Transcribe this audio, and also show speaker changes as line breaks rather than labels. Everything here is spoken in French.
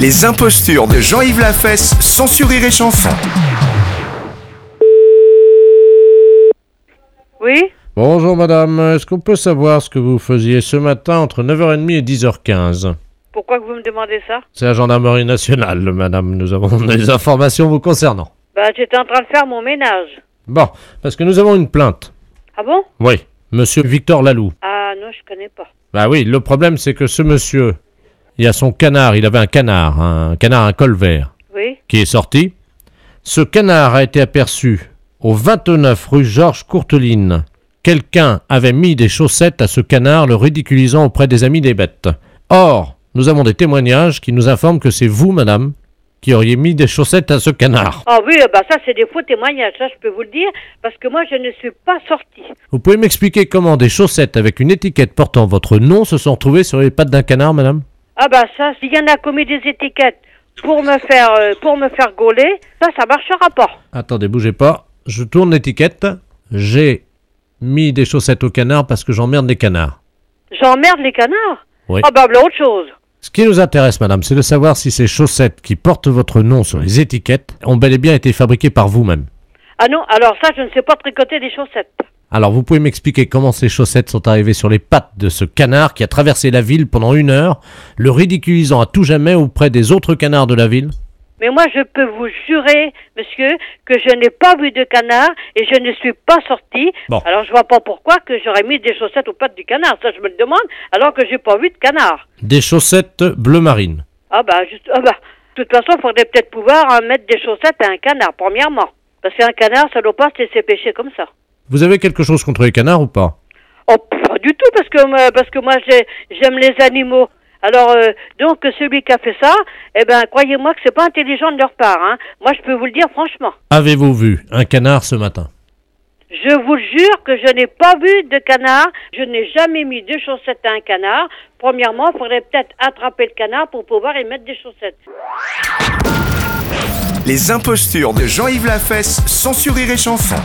Les impostures de Jean-Yves Lafesse, censuré et chanson.
Oui
Bonjour madame, est-ce qu'on peut savoir ce que vous faisiez ce matin entre 9h30 et 10h15
Pourquoi que vous me demandez ça
C'est la gendarmerie nationale, madame, nous avons des informations vous concernant.
Bah, j'étais en train de faire mon ménage.
Bon, parce que nous avons une plainte.
Ah bon
Oui, monsieur Victor Laloux.
Ah non, je connais pas.
Bah oui, le problème c'est que ce monsieur, il a son canard, il avait un canard, un canard à col vert,
Oui
qui est sorti. Ce canard a été aperçu au 29 rue Georges Courteline. Quelqu'un avait mis des chaussettes à ce canard, le ridiculisant auprès des amis des bêtes. Or, nous avons des témoignages qui nous informent que c'est vous, madame, qui auriez mis des chaussettes à ce canard.
Ah oui, bah ça, c'est des faux témoignages, ça, je peux vous le dire, parce que moi, je ne suis pas sortie.
Vous pouvez m'expliquer comment des chaussettes avec une étiquette portant votre nom se sont retrouvées sur les pattes d'un canard, madame
Ah bah ça, s'il y en a commis des étiquettes pour me faire, euh, pour me faire gauler, ça, ça marchera pas.
Attendez, bougez pas. Je tourne l'étiquette. J'ai mis des chaussettes au canard parce que j'emmerde les canards.
J'emmerde les canards
Oui.
Ah bah, voilà autre chose.
Ce qui nous intéresse, madame, c'est de savoir si ces chaussettes qui portent votre nom sur les étiquettes ont bel et bien été fabriquées par vous-même.
Ah non, alors ça, je ne sais pas tricoter des chaussettes.
Alors, vous pouvez m'expliquer comment ces chaussettes sont arrivées sur les pattes de ce canard qui a traversé la ville pendant une heure, le ridiculisant à tout jamais auprès des autres canards de la ville
Mais moi, je peux vous jurer, monsieur, que je n'ai pas vu de canard et je ne suis pas sortie.
Bon.
Alors, je vois pas pourquoi que j'aurais mis des chaussettes aux pattes du canard. Ça, je me le demande, alors que j'ai pas vu de canard.
Des chaussettes bleu marine.
Ah bah, juste, ah bah. De toute façon, il faudrait peut-être pouvoir hein, mettre des chaussettes à un canard, premièrement. Parce qu'un canard, ça doit pas se laisser pêcher comme ça.
Vous avez quelque chose contre les canards ou pas
Oh, pff, pas du tout, parce que, moi- parce que moi, j'ai- j'aime les animaux. Alors, euh, donc, celui qui a fait ça, eh ben, croyez-moi que c'est pas intelligent de leur part, hein. Moi, je peux vous le dire franchement.
Avez-vous vu un canard ce matin
Je vous jure que je n'ai pas vu de canard. Je n'ai jamais mis de chaussettes à un canard. Premièrement, il faudrait peut-être attraper le canard pour pouvoir y mettre des chaussettes.
Les impostures de Jean-Yves Lafesse, censuré et chanson.